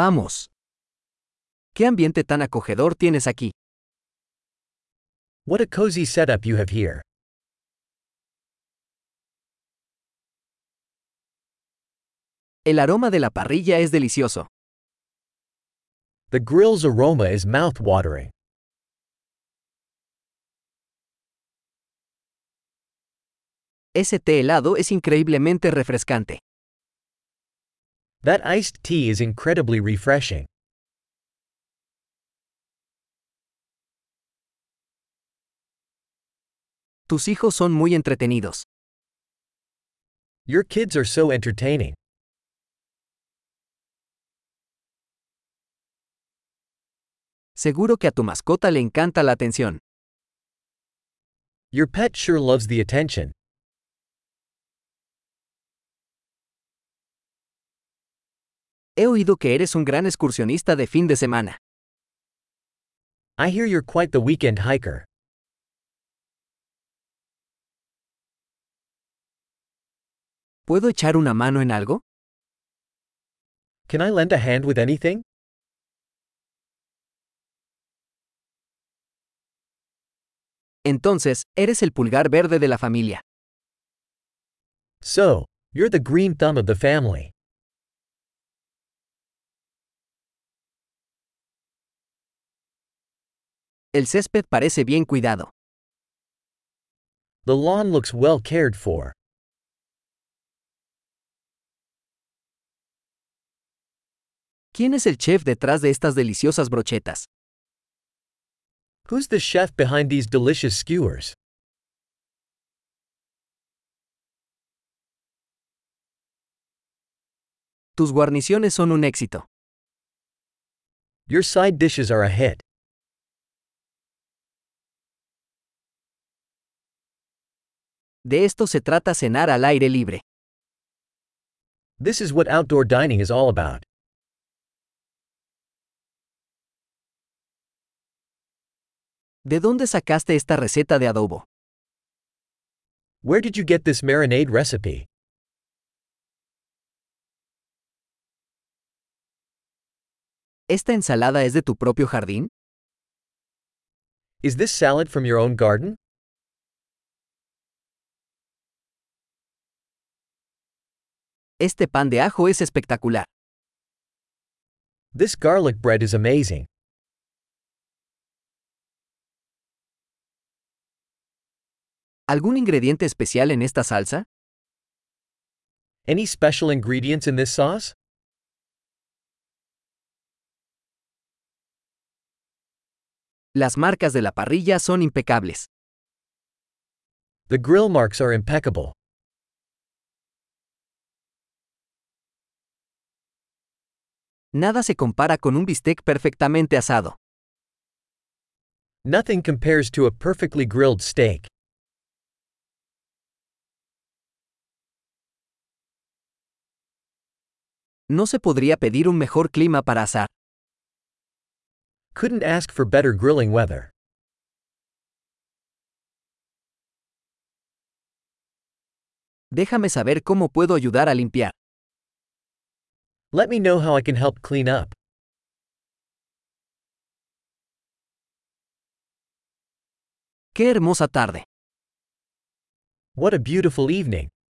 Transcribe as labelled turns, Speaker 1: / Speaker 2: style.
Speaker 1: Vamos. ¿Qué ambiente tan acogedor tienes aquí?
Speaker 2: What a cozy setup you have here.
Speaker 1: El aroma de la parrilla es delicioso.
Speaker 2: The grill's aroma is mouth-watering.
Speaker 1: Ese té helado es increíblemente refrescante.
Speaker 2: That iced tea is incredibly refreshing.
Speaker 1: Tus hijos son muy entretenidos.
Speaker 2: Your kids are so entertaining.
Speaker 1: Seguro que a tu mascota le encanta la atención.
Speaker 2: Your pet sure loves the attention.
Speaker 1: He oído que eres un gran excursionista de fin de semana.
Speaker 2: I hear you're quite the weekend hiker.
Speaker 1: ¿Puedo echar una mano en algo?
Speaker 2: Can I lend a hand with anything?
Speaker 1: Entonces, eres el pulgar verde de la familia.
Speaker 2: So, you're the green thumb of the family.
Speaker 1: El césped parece bien cuidado.
Speaker 2: The lawn looks well cared for.
Speaker 1: ¿Quién es el chef detrás de estas deliciosas brochetas?
Speaker 2: Who's the chef behind these delicious skewers?
Speaker 1: Tus guarniciones son un éxito.
Speaker 2: Your side dishes are a hit.
Speaker 1: De esto se trata cenar al aire libre.
Speaker 2: This is what outdoor dining is all about.
Speaker 1: ¿De dónde sacaste esta receta de adobo?
Speaker 2: Where did you get this marinade recipe?
Speaker 1: ¿Esta ensalada es de tu propio jardín?
Speaker 2: Is this salad from your own garden?
Speaker 1: Este pan de ajo es espectacular.
Speaker 2: This garlic bread is amazing.
Speaker 1: ¿Algún ingrediente especial en esta salsa?
Speaker 2: Any special ingredients in this sauce?
Speaker 1: Las marcas de la parrilla son impecables.
Speaker 2: The grill marks are impeccable.
Speaker 1: Nada se compara con un bistec perfectamente asado.
Speaker 2: Nothing compares to a perfectly grilled steak.
Speaker 1: No se podría pedir un mejor clima para asar.
Speaker 2: Couldn't ask for better grilling weather.
Speaker 1: Déjame saber cómo puedo ayudar a limpiar.
Speaker 2: Let me know how I can help clean up.
Speaker 1: ¡Qué hermosa tarde!
Speaker 2: What a beautiful evening!